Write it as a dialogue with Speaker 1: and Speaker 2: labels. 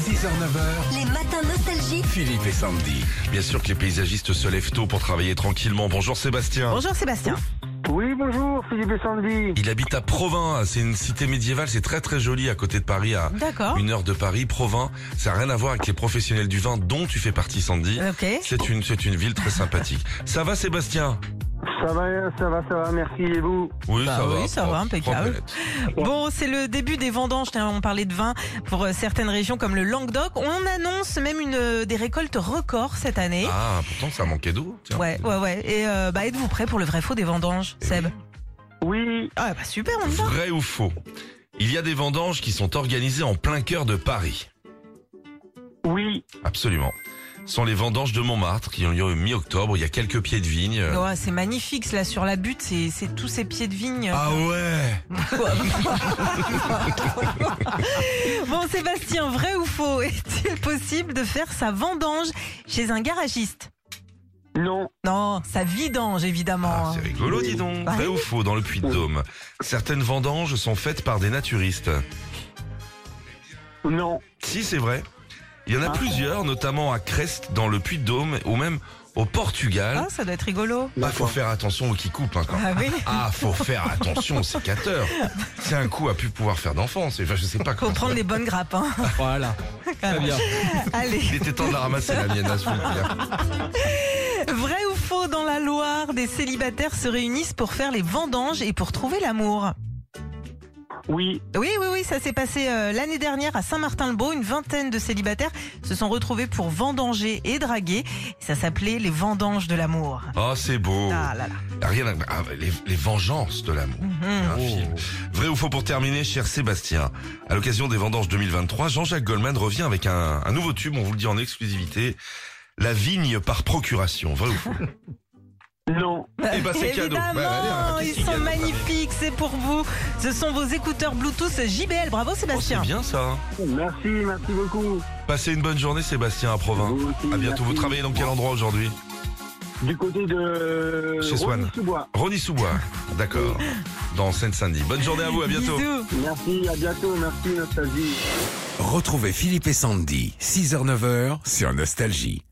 Speaker 1: 6h-9h,
Speaker 2: Les matins nostalgiques.
Speaker 1: Philippe et Sandy.
Speaker 3: Bien sûr que les paysagistes se lèvent tôt pour travailler tranquillement. Bonjour Sébastien.
Speaker 4: Bonjour Sébastien.
Speaker 5: Oui, bonjour, Philippe et Sandy.
Speaker 3: Il habite à Provins, c'est une cité médiévale, c'est très très joli à côté de Paris, à
Speaker 4: D'accord.
Speaker 3: une heure de Paris. Provins, ça n'a rien à voir avec les professionnels du vin dont tu fais partie Sandy.
Speaker 4: Ok.
Speaker 3: C'est une, c'est une ville très sympathique. Ça va Sébastien
Speaker 5: Ça va, ça va, ça va, merci, et vous
Speaker 3: Oui,
Speaker 4: Bah
Speaker 3: ça va.
Speaker 4: oui, ça va,
Speaker 3: Propre,
Speaker 4: impeccable.
Speaker 3: propre et net.
Speaker 4: Bon, c'est le début des vendanges. tiens, On parlait de vin pour euh, certaines régions comme le Languedoc. On annonce même une euh, des récoltes records cette année.
Speaker 3: Ah, pourtant ça manquait d'eau. tiens.
Speaker 4: Ouais, ouais, ouais. Et euh, bah, êtes-vous prêt pour le vrai faux des vendanges,
Speaker 3: Eh
Speaker 4: Seb
Speaker 5: Oui,
Speaker 4: Ah bah super, on y va.
Speaker 3: Vrai ou faux Il y a des vendanges qui sont organisées en plein cœur de Paris.
Speaker 5: oui,
Speaker 3: Absolument. Ce sont les vendanges de Montmartre qui ont lieu mi-octobre. Il y a quelques pieds de vigne. euh,
Speaker 4: Ouais, c'est magnifique, là sur la butte, c'est c'est tous ces pieds de vigne.
Speaker 3: Ah ouais
Speaker 4: Bon Sébastien, vrai ou faux Est-il possible de faire sa vendange chez un garagiste
Speaker 5: non,
Speaker 4: Non, sa vidange évidemment.
Speaker 3: Ah,
Speaker 4: hein.
Speaker 3: c'est rigolo, dis donc.
Speaker 4: Bah
Speaker 3: Vrai
Speaker 4: oui.
Speaker 3: ou faux dans le Puy-de-Dôme Certaines vendanges sont faites par des naturistes.
Speaker 5: non,
Speaker 3: Si, c'est vrai. Il y
Speaker 4: Ah
Speaker 3: en a plusieurs, notamment à Crest, dans le Puy-de-Dôme, ou même au Portugal.
Speaker 4: Ah, ça doit être rigolo.
Speaker 3: Ah, faut faire attention aux qui coupent hein, quand
Speaker 4: Ah oui.
Speaker 3: Ah, faut faire attention aux sécateurs. C'est un coup à pu pouvoir faire d'enfant. c'est- Enfin, je sais pas
Speaker 4: Faut
Speaker 3: comment.
Speaker 4: prendre les bonnes grappes. Hein.
Speaker 6: Voilà. Très bien.
Speaker 4: Allez,
Speaker 3: Il était temps de la ramasser, la mienne, hein, à ce moment-là.
Speaker 4: Ah vrai ou faux dans la Loire, des célibataires se réunissent pour faire les vendanges et pour trouver l'amour.
Speaker 5: oui,
Speaker 4: Oui, oui, oui, ça s'est passé euh, l'année dernière à Saint-Martin-le-Beau. Une vingtaine de célibataires se sont retrouvés pour vendanger et draguer. Ça s'appelait les vendanges de l'amour.
Speaker 3: Oh, c'est beau.
Speaker 4: Ah là là.
Speaker 3: Rien à- ah, les, les vengeances de l'amour.
Speaker 4: Mhm.
Speaker 3: Un film. Vrai ou faux pour terminer, cher Sébastien À l'occasion des vendanges 2023, Jean-Jacques Goldman revient avec un, un nouveau tube, on vous le dit en exclusivité. La vigne par procuration, vrai ou faux
Speaker 5: non.
Speaker 3: Eh ben c'est cadeau.
Speaker 4: Évidemment,
Speaker 3: Ouais, ouais, ouais,
Speaker 4: ils
Speaker 3: qu'est-ce
Speaker 4: sont
Speaker 3: qu'il y a de-
Speaker 4: magnifiques, c'est pour vous. Ce sont vos écouteurs Bluetooth JBL. Bravo
Speaker 3: Oh, c'est
Speaker 4: Sébastien.
Speaker 3: bien ça.
Speaker 5: Merci, merci beaucoup.
Speaker 3: Passez une bonne journée, Sébastien, à Provins.
Speaker 5: Vous aussi,
Speaker 3: À bientôt.
Speaker 5: merci.
Speaker 3: Vous travaillez dans quel endroit aujourd'hui
Speaker 5: Du côté de...
Speaker 3: Chez Swan.
Speaker 5: Sous-Bois.
Speaker 3: Ronny-sous-Bois. D'accord. Dans Seine-Saint-Denis. Bonne journée à vous. À bientôt.
Speaker 4: Bisous.
Speaker 5: Merci, à bientôt, merci, nostalgie.
Speaker 1: Retrouvez Philippe et Sandy, 6h-9h sur Nostalgie.